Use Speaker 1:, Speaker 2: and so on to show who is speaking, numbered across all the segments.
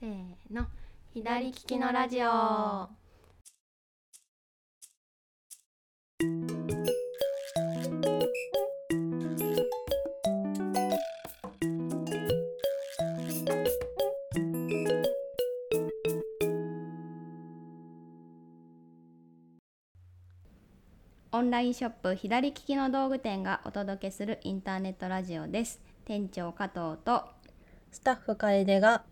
Speaker 1: せーの左利きのラジオオンラインショップ左利きの道具店がお届けするインターネットラジオです店長加藤と
Speaker 2: スタッフ楓が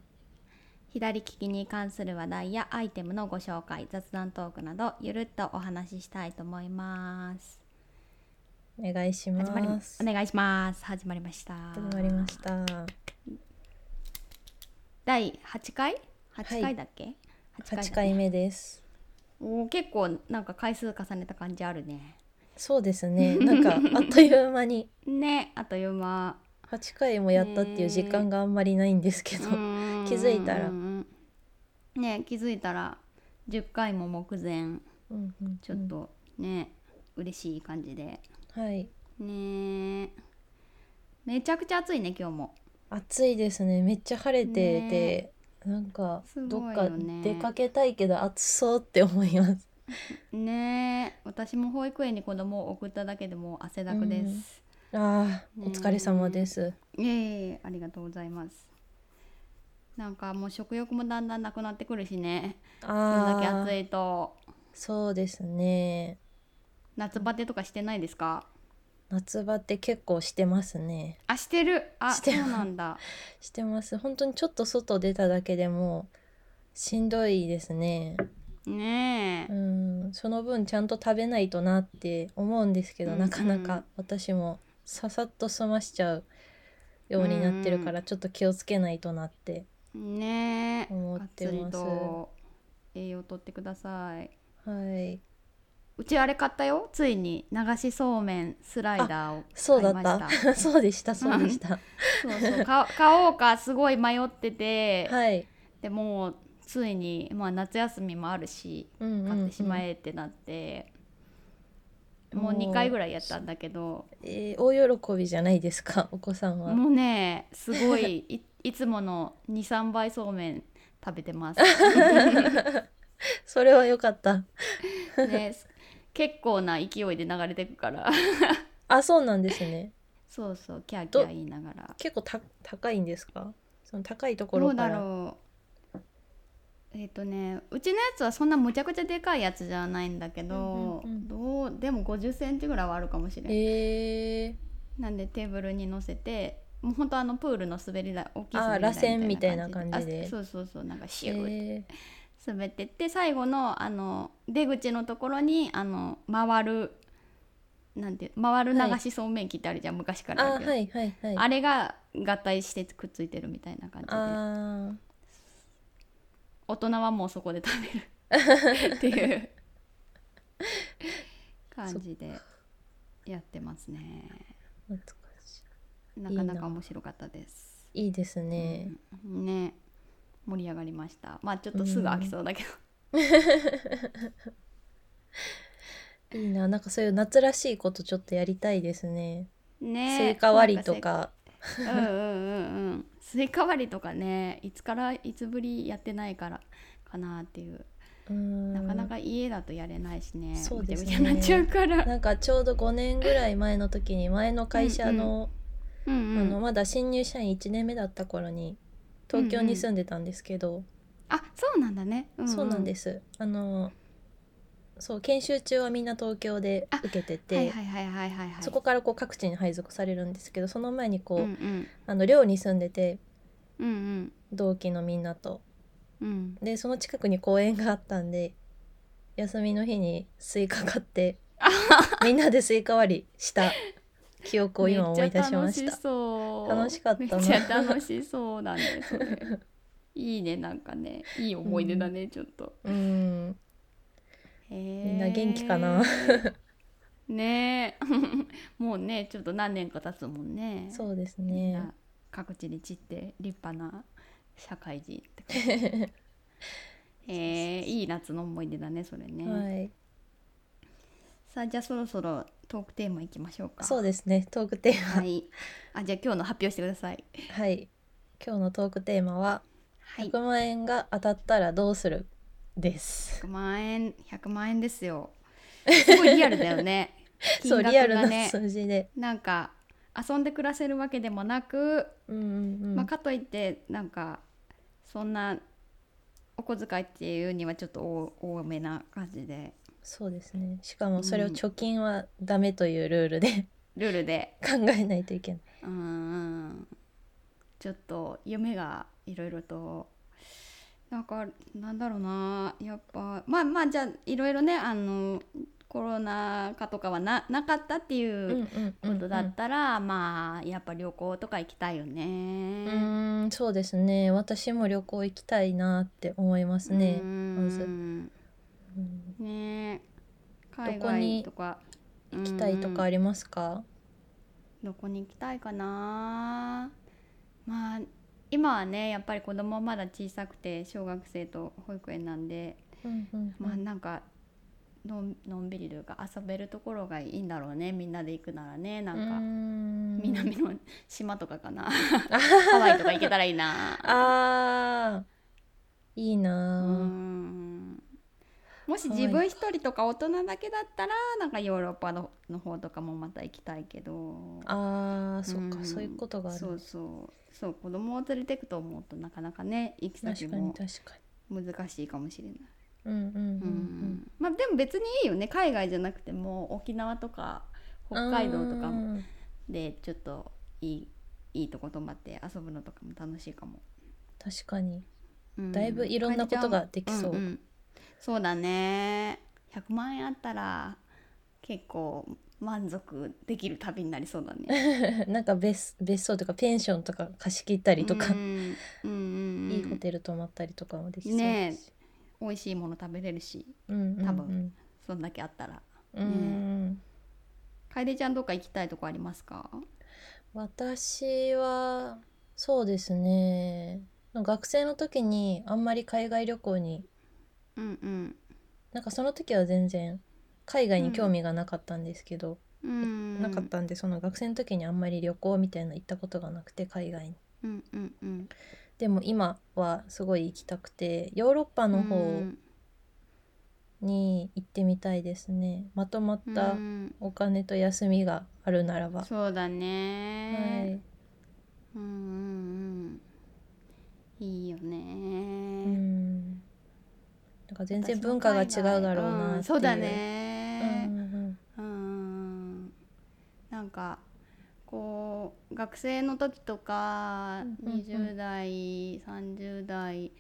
Speaker 1: 左利きに関する話題やアイテムのご紹介雑談トークなどゆるっとお話ししたいと思います
Speaker 2: お願いします。
Speaker 1: 始まりますお願いします始まりました
Speaker 2: 始まりました。
Speaker 1: 第8回8回だっけ、八
Speaker 2: 八
Speaker 1: だね
Speaker 2: 回目です。
Speaker 1: おー結構なんか回数重ねた感じあるね
Speaker 2: そうですね。な んかあっという間に
Speaker 1: ねあっという間
Speaker 2: 八回もやったっていう時間があんまりないんですけど、
Speaker 1: 気
Speaker 2: 気づいたら
Speaker 1: ね気づいたら10回も目前
Speaker 2: うんうん
Speaker 1: ちょっとね、嬉しい感じで
Speaker 2: はい。
Speaker 1: ねめちゃくちゃ暑いね今日も
Speaker 2: 暑いですね。めっちゃ晴れて
Speaker 1: ね
Speaker 2: て、なんか
Speaker 1: す
Speaker 2: ど
Speaker 1: ご
Speaker 2: っ
Speaker 1: い
Speaker 2: か
Speaker 1: よね
Speaker 2: 出かけたいけど暑そうって思います。
Speaker 1: ねえ私も保育園に子供を送っただけでもう汗だくです、
Speaker 2: ああ、
Speaker 1: ね
Speaker 2: お疲れ様です。
Speaker 1: いえいえありがとうございますなんかもう食欲もだんだんなくなってくるしねこんだけ
Speaker 2: ああ
Speaker 1: 暑、いと
Speaker 2: そうですね。
Speaker 1: 夏バテとかしてないですか
Speaker 2: 夏バテ結構してますね。
Speaker 1: あしてるあ
Speaker 2: してる
Speaker 1: そうなんだ
Speaker 2: してます本当にちょっと外出ただけでもしんどいですね
Speaker 1: ねえ
Speaker 2: うんその分ちゃんと食べないとなって思うんですけど、
Speaker 1: うん
Speaker 2: なかな
Speaker 1: う
Speaker 2: か
Speaker 1: ん
Speaker 2: 私もささっと済ましちゃうようになってるから、ちょっと気をつけないとなって
Speaker 1: ねえ
Speaker 2: 思
Speaker 1: が
Speaker 2: っ
Speaker 1: ってつ
Speaker 2: ます
Speaker 1: りと栄養とってください
Speaker 2: はいう
Speaker 1: ちあれ買ったよついに流しそうめんスライダーを
Speaker 2: そうだ
Speaker 1: 買い
Speaker 2: っ
Speaker 1: ましたた
Speaker 2: そうでしたそうでした
Speaker 1: そうそうか買おうかすごい迷ってて、
Speaker 2: はい、
Speaker 1: でもうついに、まあ、夏休みもあるし
Speaker 2: うんうんうん
Speaker 1: 買ってしまえってなって、もう
Speaker 2: もう
Speaker 1: 2回ぐらいやったんだけど
Speaker 2: えー大喜びじゃないですかお子さんは
Speaker 1: もうねすごいい いつもの23倍そうめん食べて ます、
Speaker 2: それは良かった
Speaker 1: ね、結構な勢いで流れてくから
Speaker 2: あそうなんですね
Speaker 1: そうそうキャーキャー言いながら
Speaker 2: 結構た高いんですかその高いとこ
Speaker 1: ど
Speaker 2: ろ
Speaker 1: うだ
Speaker 2: から
Speaker 1: ろうえっ、とねうちのやつはそんなむちゃくちゃでかいやつじゃないんだけど、
Speaker 2: うんうんうん
Speaker 1: どうでも5 0センチぐらいはあるかもしれない
Speaker 2: えー、
Speaker 1: なんでテーブルに乗せてもうほんとあのプールの滑り台大きい
Speaker 2: あー
Speaker 1: 滑り台
Speaker 2: 螺旋みたいな感じで
Speaker 1: あそうそうそうなんかシ
Speaker 2: え
Speaker 1: ュー
Speaker 2: ー
Speaker 1: 滑ってって最後のあの出口のところにあの回るなんていう回る流しそうめん機ってあるじゃん、昔から
Speaker 2: あ
Speaker 1: あるけど
Speaker 2: はいはいはい
Speaker 1: あれが合体してくっついてるみたいな感じで
Speaker 2: あー
Speaker 1: 大人はもうそこで食 べるっていう感じでやってますね
Speaker 2: 懐かし
Speaker 1: なかなか面白かったです
Speaker 2: いいいですね、
Speaker 1: ね盛り上がりましたまあちょっとすぐ飽きそうだけど、
Speaker 2: いいななんかそういう夏らしいことちょっとやりたいですね、
Speaker 1: ね
Speaker 2: スイカ割りとか
Speaker 1: なんかスイカうんうんうんうんスイカ割りとかねいつからいつぶりやってないからかなっていう、
Speaker 2: うーん
Speaker 1: なかなか家だとやれないしね
Speaker 2: そうですね
Speaker 1: ぐちゃぐちゃになっちゃうから
Speaker 2: なんかちょうど5年ぐらい前の時に前の会社の,、
Speaker 1: うんう
Speaker 2: あの
Speaker 1: ん
Speaker 2: まだ新入社員1年目だった頃に東京に住んでたんですけど、
Speaker 1: あそうなんだね、
Speaker 2: そうなんですすあのそう研修中はみんな東京で受けてて、
Speaker 1: はいはいはいはいはいはい
Speaker 2: そこからこう各地に配属されるんですけどその前にこう、
Speaker 1: うんうん
Speaker 2: あの寮に住んでて
Speaker 1: うんうん
Speaker 2: 同期のみんなと
Speaker 1: うん
Speaker 2: でその近くに公園があったんで休みの日にスイカ買 ってみんなでスイカ割りした記憶を今思い出しまし
Speaker 1: めっちゃ楽
Speaker 2: た
Speaker 1: しそう
Speaker 2: 楽しかったな
Speaker 1: めっちゃ楽しそうだねそれいいねなんかねいい思い出だね、ちょっと
Speaker 2: うん
Speaker 1: み
Speaker 2: みんな元気かな
Speaker 1: ねえ もうねちょっと何年か経つもんね
Speaker 2: そうです
Speaker 1: みん
Speaker 2: ね
Speaker 1: な各地に散って立派な社会人って感 じえー、いい夏の思い出だねそれね、
Speaker 2: はい
Speaker 1: さあじゃあそろそろトークテーマいきましょうか
Speaker 2: そう
Speaker 1: で
Speaker 2: ですねトークテーマ
Speaker 1: はいあじゃあ今日の発表してください
Speaker 2: はい今日のトークテーマは
Speaker 1: はい
Speaker 2: 100万円が当たったらどうするです。
Speaker 1: 100万円100万円です よすごいリアルだよね金
Speaker 2: そう
Speaker 1: 額
Speaker 2: リアル
Speaker 1: が
Speaker 2: な
Speaker 1: ね
Speaker 2: 数字で、
Speaker 1: なんか遊んで暮らせるわけでもなく、
Speaker 2: うんうんうん
Speaker 1: まあ、かといってなんかそんなお小遣いっていうにはちょっと多多めな感じで
Speaker 2: そうですねしかもそれを貯金はダメというルールで
Speaker 1: ルールで
Speaker 2: 考えないといけない。
Speaker 1: うーんちょっと夢がいろいろとなんかなんだろうなやっぱまあまあじゃあいろいろねあのコロナ禍とかはななかったっていう
Speaker 2: う
Speaker 1: ことだったら、まあやっぱ旅行とか行きたいよ
Speaker 2: う
Speaker 1: ね。
Speaker 2: ーんそうですね私も旅行行きたいなって思いますね
Speaker 1: うー
Speaker 2: まず
Speaker 1: ん
Speaker 2: うん
Speaker 1: ね海
Speaker 2: どこに
Speaker 1: 外とか行
Speaker 2: 行きたいとかありますか
Speaker 1: どこに行きたいかなまあ今はねやっぱり子供まだ小さくて小学生と保育園なんで
Speaker 2: うんうんう
Speaker 1: まあ
Speaker 2: ん
Speaker 1: なんかのんのんびりというか遊べるところがいいんだろうねみんなで行くならねなんか、
Speaker 2: うーん
Speaker 1: 南の島とかか なハワイとか行けたらいいな
Speaker 2: あーいいうなあ
Speaker 1: んもし自分一人とか大人だけだったらなんかヨーロッパのの方とかもまた行きたいけど
Speaker 2: あーそっか、
Speaker 1: うん
Speaker 2: そういうことがあ
Speaker 1: そ
Speaker 2: る
Speaker 1: うそうそう子供を連れてくと思うとなかなかね行き先
Speaker 2: 確かに
Speaker 1: も
Speaker 2: 確か
Speaker 1: 難しいかもしれない、
Speaker 2: にうんうん
Speaker 1: うん
Speaker 2: うん
Speaker 1: まあでも別にいいよね海外じゃなくても沖縄とか
Speaker 2: う
Speaker 1: 北
Speaker 2: ん
Speaker 1: 海道とか
Speaker 2: う
Speaker 1: も
Speaker 2: ん
Speaker 1: でちょっといいいいとこ泊まって遊ぶのとかも楽しいかも、
Speaker 2: 確かに
Speaker 1: うん
Speaker 2: だいぶいろんなことができそう
Speaker 1: かえちゃんんそうだね100万円あったら結構満足できる旅になりそうだね
Speaker 2: なんか別別荘とかペンションとか貸し切ったりとか
Speaker 1: う、んうんうんうん
Speaker 2: いいホテル泊まったりとかもできそう
Speaker 1: ね
Speaker 2: で
Speaker 1: え
Speaker 2: す、
Speaker 1: 美味しいもの食べれるし
Speaker 2: うんうんうん、
Speaker 1: 多分そんだけあったら
Speaker 2: うん、
Speaker 1: 楓ちゃんどっか行きたいとこありますか
Speaker 2: 私はそうですね学生の時にあんまり海外旅行に
Speaker 1: うんうん
Speaker 2: なんかその時は全然海外に興味がなかったんですけど、
Speaker 1: うん
Speaker 2: なかったんでその学生の時にあんまり旅行みたいなの行ったことがなくて海外に
Speaker 1: うんうんうん
Speaker 2: でも今はすごい行きたくてヨーロッパの
Speaker 1: う
Speaker 2: 方
Speaker 1: ん
Speaker 2: に行ってみたいですねまとまっ
Speaker 1: う
Speaker 2: た
Speaker 1: ん
Speaker 2: お金と休みがあるならば、
Speaker 1: そうだ
Speaker 2: は
Speaker 1: ねうんう
Speaker 2: い、
Speaker 1: んうんいいよ
Speaker 2: う
Speaker 1: ね
Speaker 2: んなんか全然文化が違うだろうなっていう、
Speaker 1: んそうだ
Speaker 2: うんうん
Speaker 1: ねう
Speaker 2: うん
Speaker 1: んなんかこう学生の時とか
Speaker 2: うんうんうん
Speaker 1: 20代30代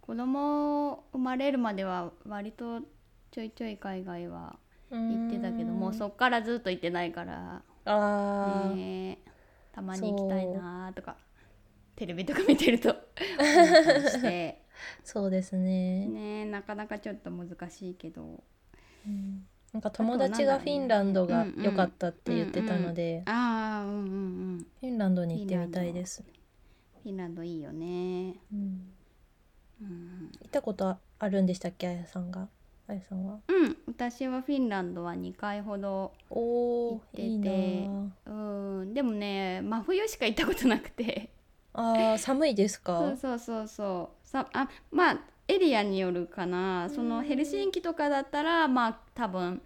Speaker 1: 子供生まれるまでは割とちょいちょい海外は行ってたけどもうそっからずっと行ってないから、
Speaker 2: あー、
Speaker 1: ねえ、たまに行きたいなとかテレビとか見てると思ったりして
Speaker 2: そうですね、
Speaker 1: ねえなかなかちょっと難しいけど
Speaker 2: うんなんか友達がフィンランドが良かったって言ってたので、
Speaker 1: ああうんうんうん
Speaker 2: フィンランドに行ってみたいです、
Speaker 1: フィンランドいいよね。
Speaker 2: うん
Speaker 1: うん
Speaker 2: 行ったことあるんでしたっけあやさんがあやさんは
Speaker 1: うん、私はフィンランドは2回ほど
Speaker 2: おー
Speaker 1: 行ってて
Speaker 2: いいなー
Speaker 1: うんでもね真冬しか行ったことなくて
Speaker 2: あー寒いです
Speaker 1: そ
Speaker 2: か
Speaker 1: うそうそうそうさあまあエリアによるかなそうの
Speaker 2: ん
Speaker 1: ヘルシンキとかだったらまあ多分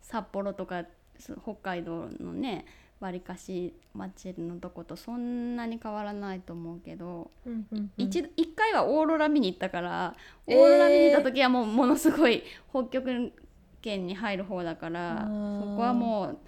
Speaker 1: 札幌とかす北海道のねわりかし街のとことそんなに変わらないと思うけど、
Speaker 2: うんうんうん
Speaker 1: 一度一回はオーロラ見に行ったからオ
Speaker 2: えー
Speaker 1: ーロラ見に行った時はもうものすごい北極圏に入る方だから
Speaker 2: あー
Speaker 1: そこはもう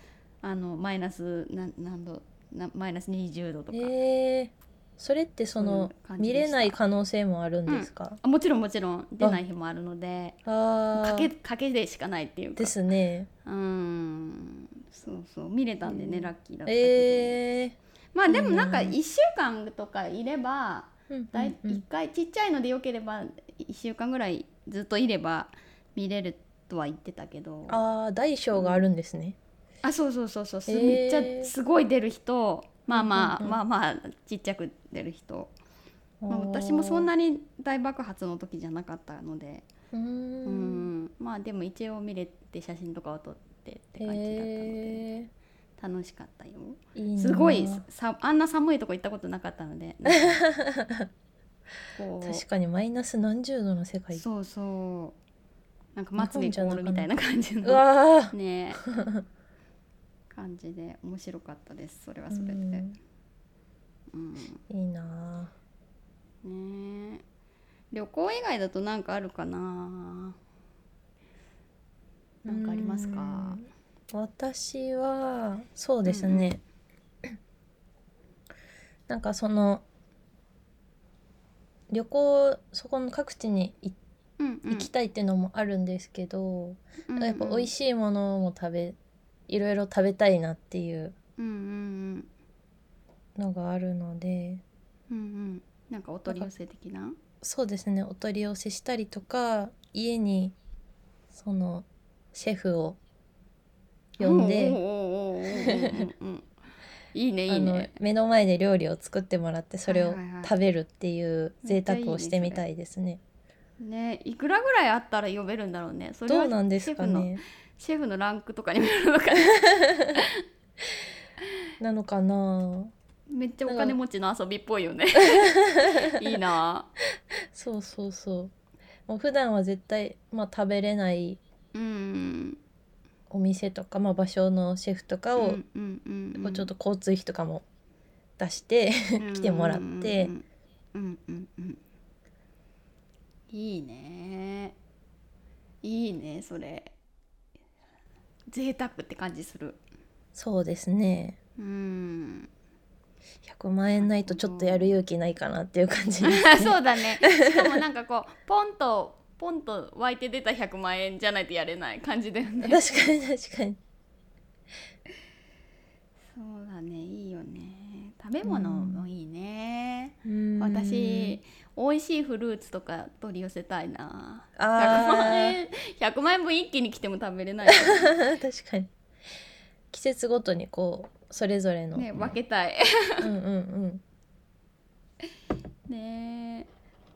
Speaker 1: あのマイナスな何度なマイナス20度とか、
Speaker 2: えー、それってその
Speaker 1: そういう感じ
Speaker 2: 見
Speaker 1: でした
Speaker 2: れない可能性もあるんですか、
Speaker 1: あもちろんもちろん出ない日もあるので
Speaker 2: あ
Speaker 1: 賭
Speaker 2: ー
Speaker 1: け賭けでしかないっていうか
Speaker 2: ですね
Speaker 1: うんそうそう見れたんでね、
Speaker 2: うん
Speaker 1: ラッキーだったけど、
Speaker 2: えー
Speaker 1: まあでもなんか
Speaker 2: いいな
Speaker 1: 1週間とかいれば
Speaker 2: うん
Speaker 1: だい、
Speaker 2: うんうん
Speaker 1: 1回ちっちゃいのでよければ1週間ぐらいずっといれば見れるとは言ってたけど
Speaker 2: ああ大小があるんですね。
Speaker 1: あそうそうそうそう、す
Speaker 2: へー
Speaker 1: めっちゃすごい出る人まあまあ、
Speaker 2: うんうんうん
Speaker 1: まあまあちっちゃく出る人、まあ、私もそん
Speaker 2: な。
Speaker 1: なに大爆発の時じゃなかったので。
Speaker 2: うー。
Speaker 1: うんんまあでも一応見れて写真とかを撮ってって感じだったので
Speaker 2: へ
Speaker 1: 楽しかったよ
Speaker 2: え。いいな
Speaker 1: すごいさあんな寒いとこ行ったことなかったのでなんかこう
Speaker 2: 確かにマイナス何十度の世界
Speaker 1: そうそうなんか松で凍るみたいな感じ
Speaker 2: う
Speaker 1: の
Speaker 2: わー
Speaker 1: ね感じで面白かったですそれはそれで、
Speaker 2: うん
Speaker 1: うん
Speaker 2: いいな
Speaker 1: ねえ旅行以外だと何かあるかな
Speaker 2: あ
Speaker 1: なんかありますか
Speaker 2: うん私はそうですね、なんかその旅行そこの各地に行
Speaker 1: うんうん
Speaker 2: 行きたいっていうのもあるんですけど、
Speaker 1: うんうん
Speaker 2: やっぱ美味しいものも食べいろいろ食べたいなっていう
Speaker 1: うんうん
Speaker 2: のがあるので
Speaker 1: うんうんうんなんかお取り寄せ的な
Speaker 2: そうですねお取り寄せしたりとか家にそのシェフを呼んで。
Speaker 1: おうおうおうおうおうおうおうおういいねい
Speaker 2: あ
Speaker 1: い
Speaker 2: の
Speaker 1: ね
Speaker 2: 目の前で料理を作ってもらってそれを
Speaker 1: はいはいはい
Speaker 2: 食べるっていう贅沢
Speaker 1: めっちゃいいね
Speaker 2: をしてみたいですね。
Speaker 1: ねいくらぐらいあったら呼べるんだろうねそれは
Speaker 2: どうなんですかね
Speaker 1: シェフのシェフのランクとかにもよるのかな
Speaker 2: なのかな
Speaker 1: めっちゃお金持ちの遊びっぽいよねいいな
Speaker 2: そうそうそうもう普段は絶対、まあ、食べれない
Speaker 1: うん
Speaker 2: お店とか、まあ、場所のシェフとかを、
Speaker 1: うんうんうんうん
Speaker 2: こうちょっと交通費とかも出して、 来てもらって
Speaker 1: うんうんうんいいねいいねそれ贅沢って感じする
Speaker 2: そうですね
Speaker 1: うん
Speaker 2: 100万円ないとちょっとやる勇気ないかなっていう感じ
Speaker 1: そうだねしかもなんかこうポンとポンと湧いて出た100万円じゃないとやれない感じだよね
Speaker 2: 確かに確かに
Speaker 1: そうだねいいよね食べ物もいいね、
Speaker 2: うーん
Speaker 1: 私美味しいフルーツとか取り寄せたいな100万
Speaker 2: あ
Speaker 1: 円100万円分一気に来ても食べれ ないから
Speaker 2: ー確かに季節ごとにこうそれぞれの、
Speaker 1: ね分けたい
Speaker 2: うんうんうん
Speaker 1: ねえ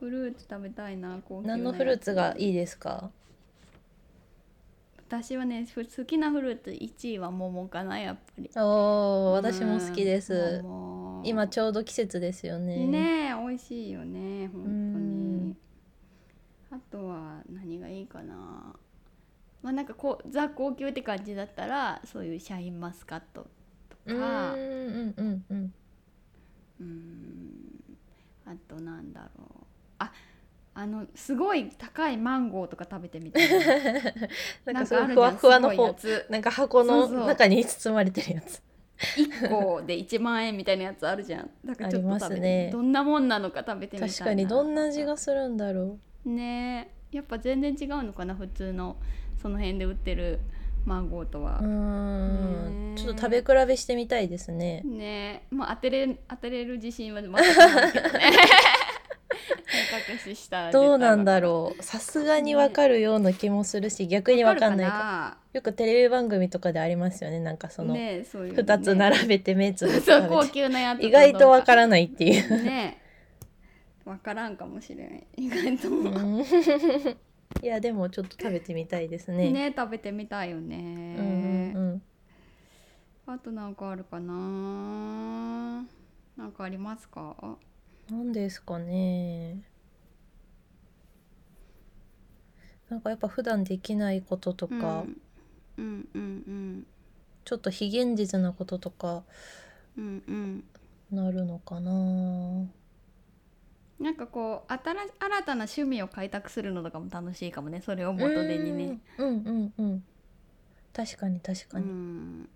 Speaker 1: フルーツ食べたいな高級なやつ
Speaker 2: 何のフルーツがいいですか
Speaker 1: 私はねふ好きなフルーツ1位は桃かなやっぱり
Speaker 2: おー私も好きです
Speaker 1: うん桃
Speaker 2: 今ちょうど季節ですよね
Speaker 1: ねえ美味しいよね本当
Speaker 2: うん
Speaker 1: にあとは何がいいかなまあなんかこうザ高級って感じだったらそういうシャインマスカット
Speaker 2: うーんうんうんうん
Speaker 1: うんあとなんだろうああのすごい高いマンゴーとか食べてみたい な
Speaker 2: な
Speaker 1: な
Speaker 2: んか
Speaker 1: ん
Speaker 2: すご
Speaker 1: かあ
Speaker 2: い
Speaker 1: る
Speaker 2: ふ
Speaker 1: じゃ
Speaker 2: わ
Speaker 1: ん
Speaker 2: ふわの
Speaker 1: すごいや
Speaker 2: 方
Speaker 1: つ
Speaker 2: なんか箱
Speaker 1: そう
Speaker 2: の
Speaker 1: そう
Speaker 2: 中に包まれてるやつ
Speaker 1: 1個で1万円みたいなやつあるじゃんだからちょっと
Speaker 2: ありま
Speaker 1: 食
Speaker 2: す
Speaker 1: べて、
Speaker 2: ね
Speaker 1: どんなもんなのか食べてみたいな
Speaker 2: 確かにどんな味がするんだろ
Speaker 1: ねえやっぱ全然違うのかな普通のその辺で売ってるマンゴーとは
Speaker 2: ううー、ん
Speaker 1: ね
Speaker 2: ちょっと食べ比べしてみたいですね
Speaker 1: ねえまあ当てれ当てれる自信は全くない けどね目隠しした
Speaker 2: どうなんだろうさすがにわかるような気もするし、逆にわかんないか
Speaker 1: か
Speaker 2: よくテレビ番組とかでありますよねなんかその
Speaker 1: ねえそういうね
Speaker 2: 2つ並べて目つぶって
Speaker 1: そう
Speaker 2: 食
Speaker 1: 高
Speaker 2: べて
Speaker 1: 級なやつ
Speaker 2: 意外とわから
Speaker 1: ん
Speaker 2: ないって いう
Speaker 1: ねえわからんかもしれん意外と
Speaker 2: う
Speaker 1: ね
Speaker 2: ん いやでもちょっと食べてみたいですね
Speaker 1: 食べてみたいよ
Speaker 2: う
Speaker 1: ね、
Speaker 2: んうんうん
Speaker 1: あとなんかあるかななんかありますか
Speaker 2: なんですかねなんかやっぱ普段できないこととか、
Speaker 1: うん、うんうん
Speaker 2: ちょっと非現実なこととか
Speaker 1: うんうんうん
Speaker 2: なるのかな
Speaker 1: なんかこう新新たな趣味を開拓するのとかも楽しいかもねそれを元手にね
Speaker 2: うんうんうんうん確かに確か
Speaker 1: う
Speaker 2: に、
Speaker 1: ん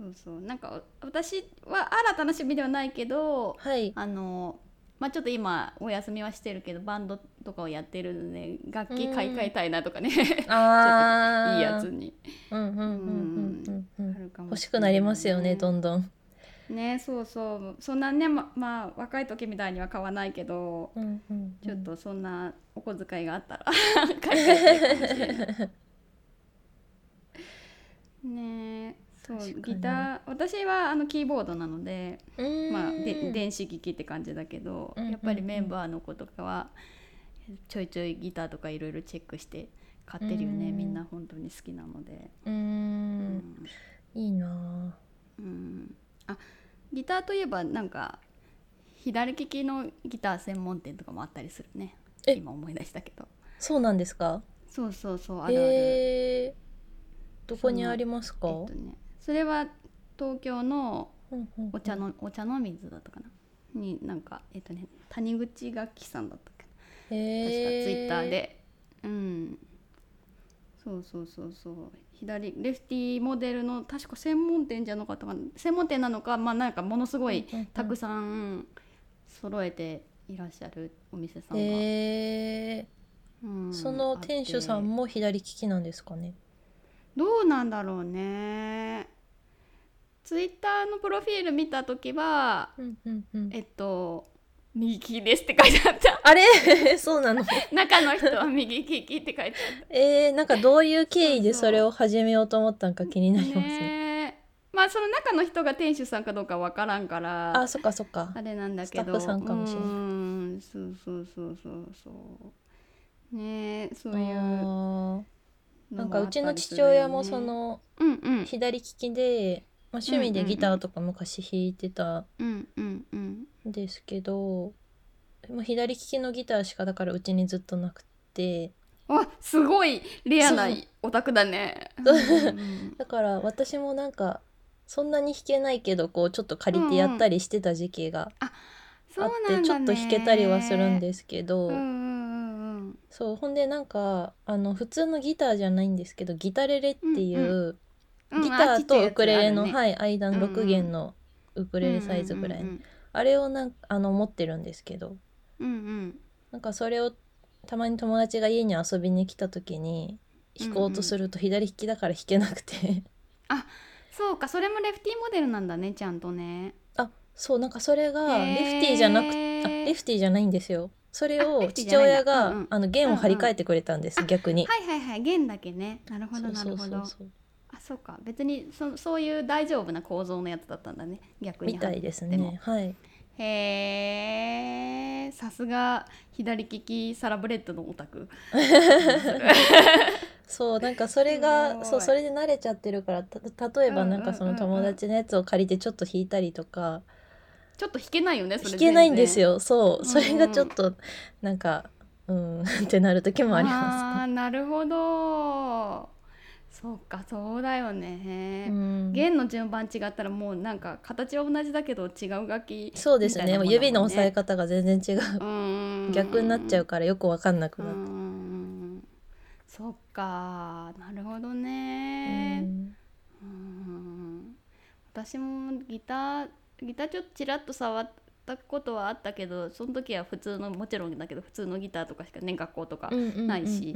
Speaker 1: そうそうなんかお私は新たな趣味ではないけど
Speaker 2: はい
Speaker 1: あのまあちょっと今お休みはしてるけどバンドとかをやってるので楽器買い替えたいなとかね
Speaker 2: あー
Speaker 1: いいやつに
Speaker 2: うんうんうんうんうんうん
Speaker 1: あるかも
Speaker 2: 欲し
Speaker 1: し
Speaker 2: く
Speaker 1: れ
Speaker 2: な
Speaker 1: ない
Speaker 2: りますよねどんどん、
Speaker 1: ねそうそうそんなねままあ若い時みたいには買わないけど
Speaker 2: うんうん
Speaker 1: ちょっとそんなお小遣いがあ ったら買い替えたいかもしれない。ねえそう
Speaker 2: 確かに
Speaker 1: ギター私はあのキーボードなので、
Speaker 2: うーん
Speaker 1: まあ、で電子機器って感じだけど、
Speaker 2: うんうんうん
Speaker 1: やっぱりメンバーの子とかはちょいちょいギターとかいろいろチェックして買ってるよね、
Speaker 2: うん
Speaker 1: みんな本当に好きなので。
Speaker 2: う
Speaker 1: う
Speaker 2: ー
Speaker 1: んん
Speaker 2: いいな
Speaker 1: うん、あギターといえばなんか左利きのギター専門店とかもあったりするね
Speaker 2: え
Speaker 1: 今思い出したけど
Speaker 2: そうなんですか
Speaker 1: そうそうそうあるある、
Speaker 2: えー、どこにありますか、
Speaker 1: えっとね、それは東京の
Speaker 2: うんうんうん
Speaker 1: お茶のお茶の水だったかなになんかえっとね谷口楽器さんだったっけ
Speaker 2: へ
Speaker 1: な確かツイ
Speaker 2: ー
Speaker 1: ッターで、うんそうそうそうそう左レフティモデルの確か専門店じゃなかったかな専門店なのかまあなんかものすごい
Speaker 2: うんうんうん
Speaker 1: たくさん揃えていらっしゃるお店さんが、
Speaker 2: へえ
Speaker 1: うん
Speaker 2: その店主さん
Speaker 1: あって
Speaker 2: も左利きなんですかね
Speaker 1: どうなんだろうねツイッターのプロフィール見た時は
Speaker 2: うんうんうん
Speaker 1: えっと右利きですって書いてあった
Speaker 2: あれ そうなの
Speaker 1: 中の人は右利きって書いてあった
Speaker 2: えー、なんかどういう経緯で
Speaker 1: そうそう
Speaker 2: それを始めようと思ったんか気になりますね
Speaker 1: ねえまあその中の人が店主さんかどうかわからんから
Speaker 2: あそっかそっか
Speaker 1: あれなんだけど
Speaker 2: スタッフさんかもしれないう
Speaker 1: ーんそうそうそうそうそうねえそういうの
Speaker 2: あーなん
Speaker 1: もあ
Speaker 2: か
Speaker 1: ったりするよね
Speaker 2: うちの父親もその
Speaker 1: うんうん
Speaker 2: 左利きで、まあ、趣味でギターとか昔弾いてた
Speaker 1: うんうんうん
Speaker 2: んですけど、もう左利きのギターしかだからうちにずっとなくて
Speaker 1: わすごいレアな
Speaker 2: そう
Speaker 1: オタクだね。
Speaker 2: そう
Speaker 1: うん
Speaker 2: だから私もなんかそんなに弾けないけどこうちょっと借りてやったりしてた時期があって、ちょっと弾けたりはするん。ですけど、
Speaker 1: そうなんだね
Speaker 2: そうほんでなんかあの普通のギターじゃないんですけどギタレレっていう、
Speaker 1: うんうんうんうん
Speaker 2: ギターとウクレレの、
Speaker 1: うんあちっちゃいやつあるね
Speaker 2: はい、間
Speaker 1: うんう
Speaker 2: の
Speaker 1: ん
Speaker 2: 6弦のウクレレサイズぐらいの、
Speaker 1: うん
Speaker 2: あれをなんかあの持ってるんですけど
Speaker 1: うんうん
Speaker 2: なんかそれをたまに友達が家に遊びに来た時に弾こうとすると左利きだから弾けなくて
Speaker 1: そうかそれもレフティーモデルなんだねちゃんとね。
Speaker 2: あそうなんかそれが
Speaker 1: へー
Speaker 2: レフティーじゃなくあレフティーじゃないんですよそれ
Speaker 1: あレ
Speaker 2: を
Speaker 1: フティーじ
Speaker 2: 父
Speaker 1: ゃないんだ
Speaker 2: 親があ,、
Speaker 1: うんうん
Speaker 2: の弦を張り替えてくれたんです、逆に。
Speaker 1: はいはいはい弦だけねなるほどなるほど。
Speaker 2: そう
Speaker 1: あそうか別にそそういう大丈夫な構造のやつだったんだね逆に。
Speaker 2: みたいです
Speaker 1: でも
Speaker 2: ねはい
Speaker 1: へえさすが左利きサラブレッドのオタク。
Speaker 2: そうなんかそれ
Speaker 1: すご
Speaker 2: が
Speaker 1: い
Speaker 2: そうそれで慣れちゃってるからた例えばなんかそ
Speaker 1: うんうん
Speaker 2: の
Speaker 1: うんうん
Speaker 2: 友達のやつを借りてちょっと弾いたりとか
Speaker 1: ちょっと弾けないよねそれ
Speaker 2: 弾けないんです
Speaker 1: よ
Speaker 2: よそうそれ
Speaker 1: うんう
Speaker 2: が
Speaker 1: ん
Speaker 2: ちょっとなんかうん ってなる時もありま
Speaker 1: あーなるほどそうかそうだよ
Speaker 2: す
Speaker 1: ね、
Speaker 2: ね。うん
Speaker 1: 弦の順番違ったらもうなんか形は同じだけど違う楽器
Speaker 2: そうですねもう指の押さえ
Speaker 1: 方
Speaker 2: 方が全然違う逆になっちゃうからよくわかんなく
Speaker 1: う
Speaker 2: なっ
Speaker 1: んそっかなるほど
Speaker 2: た。
Speaker 1: ね
Speaker 2: う、
Speaker 1: う
Speaker 2: ん
Speaker 1: ん私もギターギターちょっとちらっと触ったことはあったけどその時は普通のもちろんだけど普通のギターとかしかね学校とか
Speaker 2: うんうんうんうん
Speaker 1: ないし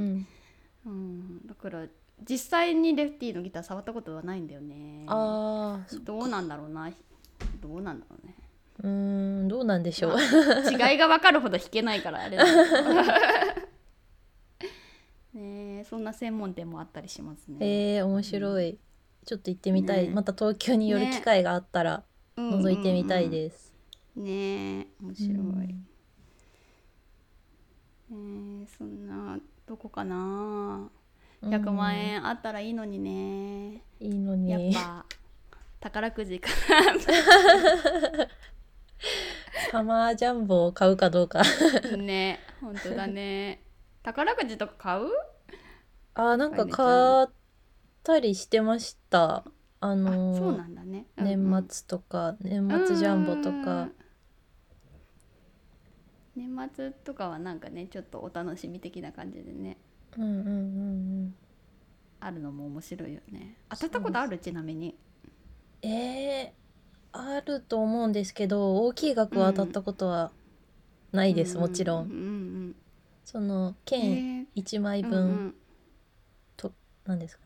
Speaker 1: うん、だから実際にレフティーのギター触ったことはないんだよね
Speaker 2: ああ
Speaker 1: どうなんだろうなどうなんだろうね
Speaker 2: うーんどうなんでしょう。
Speaker 1: 違いが分かるほど弾けないからあれだけ どねえそんな専門店もあったりしますね、
Speaker 2: えー、面白い。ちょっと行ってみたい。
Speaker 1: ね
Speaker 2: また東京に寄る機会があったら
Speaker 1: うん
Speaker 2: 覗いてみたいです。
Speaker 1: うんうんねえ面白い、
Speaker 2: うん
Speaker 1: ねえそんなどこかな
Speaker 2: うん
Speaker 1: 100万円あったらいいのにね、
Speaker 2: いいの
Speaker 1: やっ
Speaker 2: に。
Speaker 1: ぱ宝くじか
Speaker 2: サマージャンボを買うかどうか。
Speaker 1: ね本当だね宝くじとか買う
Speaker 2: あーなんか買ったりしてました。あ
Speaker 1: あ
Speaker 2: のー
Speaker 1: そうなんだね、うんうん
Speaker 2: 年末とか年末ジャンボと
Speaker 1: う
Speaker 2: か。
Speaker 1: ん年末とかはなんかねちょっとお楽しみ的な感じでね
Speaker 2: うんうんうん
Speaker 1: あるのも面白いよね当たったことあるちなみに
Speaker 2: うん。えー、あると思うんですけど大きい額は当たったことはな
Speaker 1: ない
Speaker 2: です、もちろ
Speaker 1: うん
Speaker 2: ん。
Speaker 1: うん
Speaker 2: その
Speaker 1: うん
Speaker 2: 券
Speaker 1: へ
Speaker 2: 1枚
Speaker 1: えうん
Speaker 2: 分
Speaker 1: うん
Speaker 2: なんですか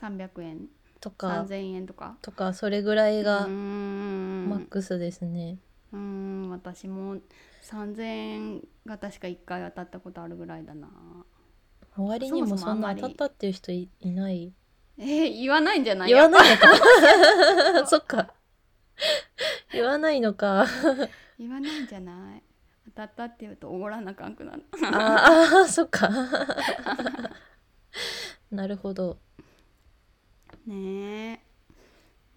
Speaker 1: 300円
Speaker 2: とか
Speaker 1: 3000円とか
Speaker 2: とかそれぐらいが
Speaker 1: うーん
Speaker 2: マックスですね。
Speaker 1: うーん私も3000円が確か1回当たったことあるぐらいだな
Speaker 2: 周りに
Speaker 1: そもそ
Speaker 2: も
Speaker 1: も
Speaker 2: そ
Speaker 1: あ
Speaker 2: ん
Speaker 1: んま
Speaker 2: な
Speaker 1: り
Speaker 2: 当たったっていう人い いない。
Speaker 1: えー言わないんじゃない
Speaker 2: 言わないのか。 そっか。言わないのか。
Speaker 1: 言わないんじゃない当たったって言うとおごらなあかんくなる
Speaker 2: ああ、そっか。なるほど。
Speaker 1: ねえ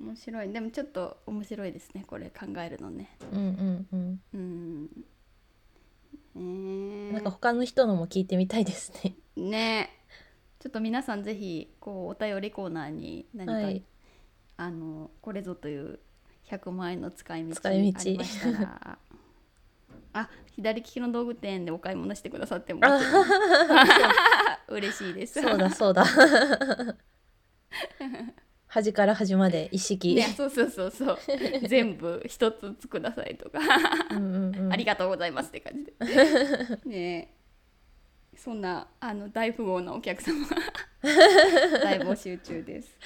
Speaker 1: 面白いでもちょっと面白いですねこれ考えるのね
Speaker 2: うんうん
Speaker 1: うん
Speaker 2: う
Speaker 1: ね
Speaker 2: ん。なんか
Speaker 1: え
Speaker 2: 他の人のも聞いてみたいですね。
Speaker 1: ねえちょっと皆さんぜひこうお便りコーナーに何か、
Speaker 2: はい
Speaker 1: あのこれぞという100万円の使い道
Speaker 2: 使い道
Speaker 1: ありました らあ左利きの道具店でお買い物してくださっても嬉しいです
Speaker 2: そうだそうだ。端から端まで一 式。
Speaker 1: ね、そうそうそう そう全部一つずつくださいとか、
Speaker 2: うんうんうん。
Speaker 1: ありがとうございますって感じで ねえそんなあの大富豪なお客 様大募集中です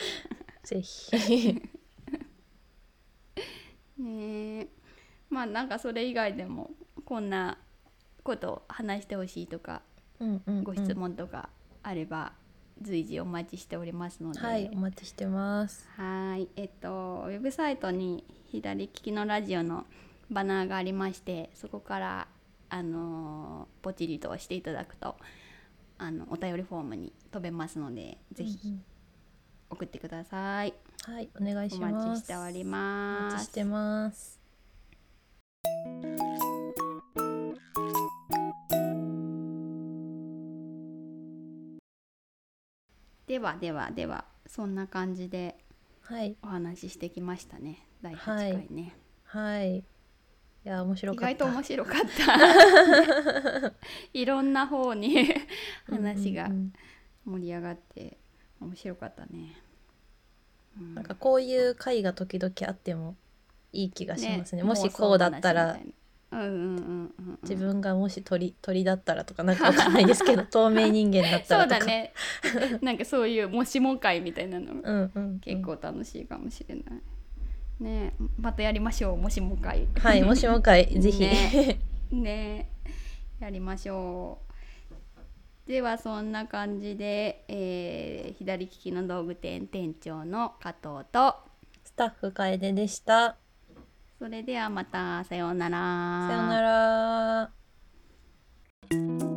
Speaker 2: ぜひ。
Speaker 1: ねえまあなんかそれ以外でもこんなこと話してほしいとか
Speaker 2: うんうんうん
Speaker 1: ご質。問とかあれば随時お待ちしておりますので、
Speaker 2: はい、お待ちしてます。
Speaker 1: はい、えっと、ウェブサイトに左利きのラジオのバナーがありまして、そこから。あのーポチリと押していただくと、あの、お便りフォームに飛べますので、ぜ
Speaker 2: う
Speaker 1: ひ
Speaker 2: ん
Speaker 1: 送ってください。
Speaker 2: うん。はい、お願い
Speaker 1: お
Speaker 2: します。
Speaker 1: 待ちしており
Speaker 2: お
Speaker 1: ま
Speaker 2: 待ちし
Speaker 1: す。
Speaker 2: てます。
Speaker 1: では、では、では、そんな感じで
Speaker 2: はい、
Speaker 1: お話ししてきましたね。第8
Speaker 2: はい
Speaker 1: 回ね。
Speaker 2: はい。いや、面白
Speaker 1: 意
Speaker 2: かっ
Speaker 1: 外
Speaker 2: た。
Speaker 1: と面白かった。 いろんな方に話が
Speaker 2: うんうん
Speaker 1: 盛り上がって面白かったね。
Speaker 2: うんなんかこういう会が時々あってもいい気がしますね。もし
Speaker 1: 妄想
Speaker 2: こうだった
Speaker 1: 話
Speaker 2: ら、
Speaker 1: みたいなうんうんうんうんうん、
Speaker 2: 自分がもし鳥鳥だったらとかなんかわかんないですけど、透明人間だったら
Speaker 1: そう
Speaker 2: とか。
Speaker 1: だね なんかそういうもしも会みたいなのが
Speaker 2: うんうんうん。
Speaker 1: 結構楽しいかもしれない、ねえまたやりましょうもしも会
Speaker 2: はい、もしも会、ぜひ。
Speaker 1: ねねえやりましょうではそんな感じで、えー左利きの道具店店長の加藤と
Speaker 2: スタッフ楓でした。
Speaker 1: それではまたさようなら
Speaker 2: さようなら。